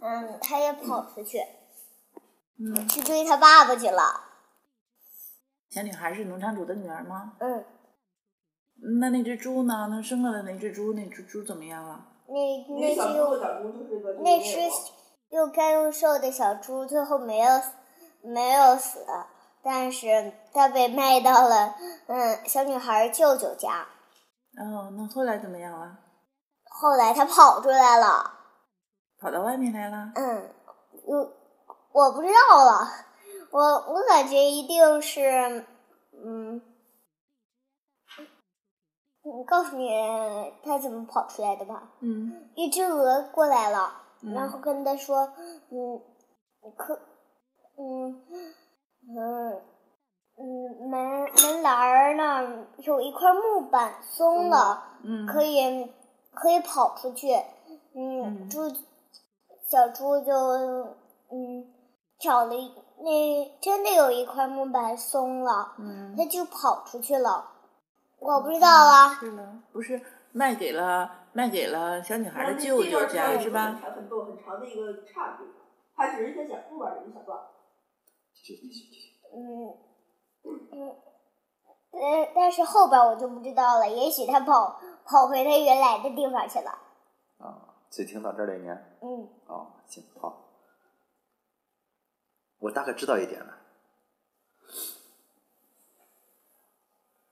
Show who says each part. Speaker 1: 嗯，他也跑出去
Speaker 2: 嗯，
Speaker 1: 去追他爸爸去了。
Speaker 2: 小女孩是农场主的女儿吗？
Speaker 1: 嗯，
Speaker 2: 那那只猪呢？那生了的那只猪，那只猪怎么样了？
Speaker 1: 那
Speaker 3: 那
Speaker 1: 那
Speaker 3: 小
Speaker 1: 只
Speaker 3: 猪
Speaker 1: 又
Speaker 3: 小猪就是个
Speaker 1: 那只又干又瘦的小猪最后没有死没有死，但是它被卖到了嗯小女孩舅舅家。
Speaker 2: 哦，那后来怎么样了？
Speaker 1: 后来它跑出来了。
Speaker 2: 跑到外面来了？
Speaker 1: 嗯，我我不知道了，我我感觉一定是，嗯，我告诉你它怎么跑出来的吧。
Speaker 2: 嗯，
Speaker 1: 一只鹅过来了，
Speaker 2: 嗯
Speaker 1: 然后跟它说，嗯，可，嗯，嗯。嗯，门门栏儿那儿有一块木板松了，
Speaker 2: 嗯，
Speaker 1: 可以可以跑出去，嗯，
Speaker 2: 嗯
Speaker 1: 猪小猪就嗯挑了一那真的有一块木板松了，
Speaker 2: 嗯，
Speaker 1: 它就跑出去了，我不知道啊，
Speaker 2: 是了，不是卖给了卖给了小女孩
Speaker 3: 然
Speaker 2: 的
Speaker 3: 后这
Speaker 2: 舅
Speaker 3: 这
Speaker 2: 舅
Speaker 3: 段儿
Speaker 2: 家
Speaker 3: 它
Speaker 2: 是
Speaker 3: 有
Speaker 2: 吧？
Speaker 3: 很很多很长的一个岔路，它只是在讲后边儿的一小段儿。
Speaker 1: 嗯嗯，但但是后边我就不知道了，也许它跑跑回它原来的地方去了，
Speaker 4: 啊，就听到这里面。
Speaker 1: 嗯
Speaker 4: 哦，行，好，我大概知道一点了。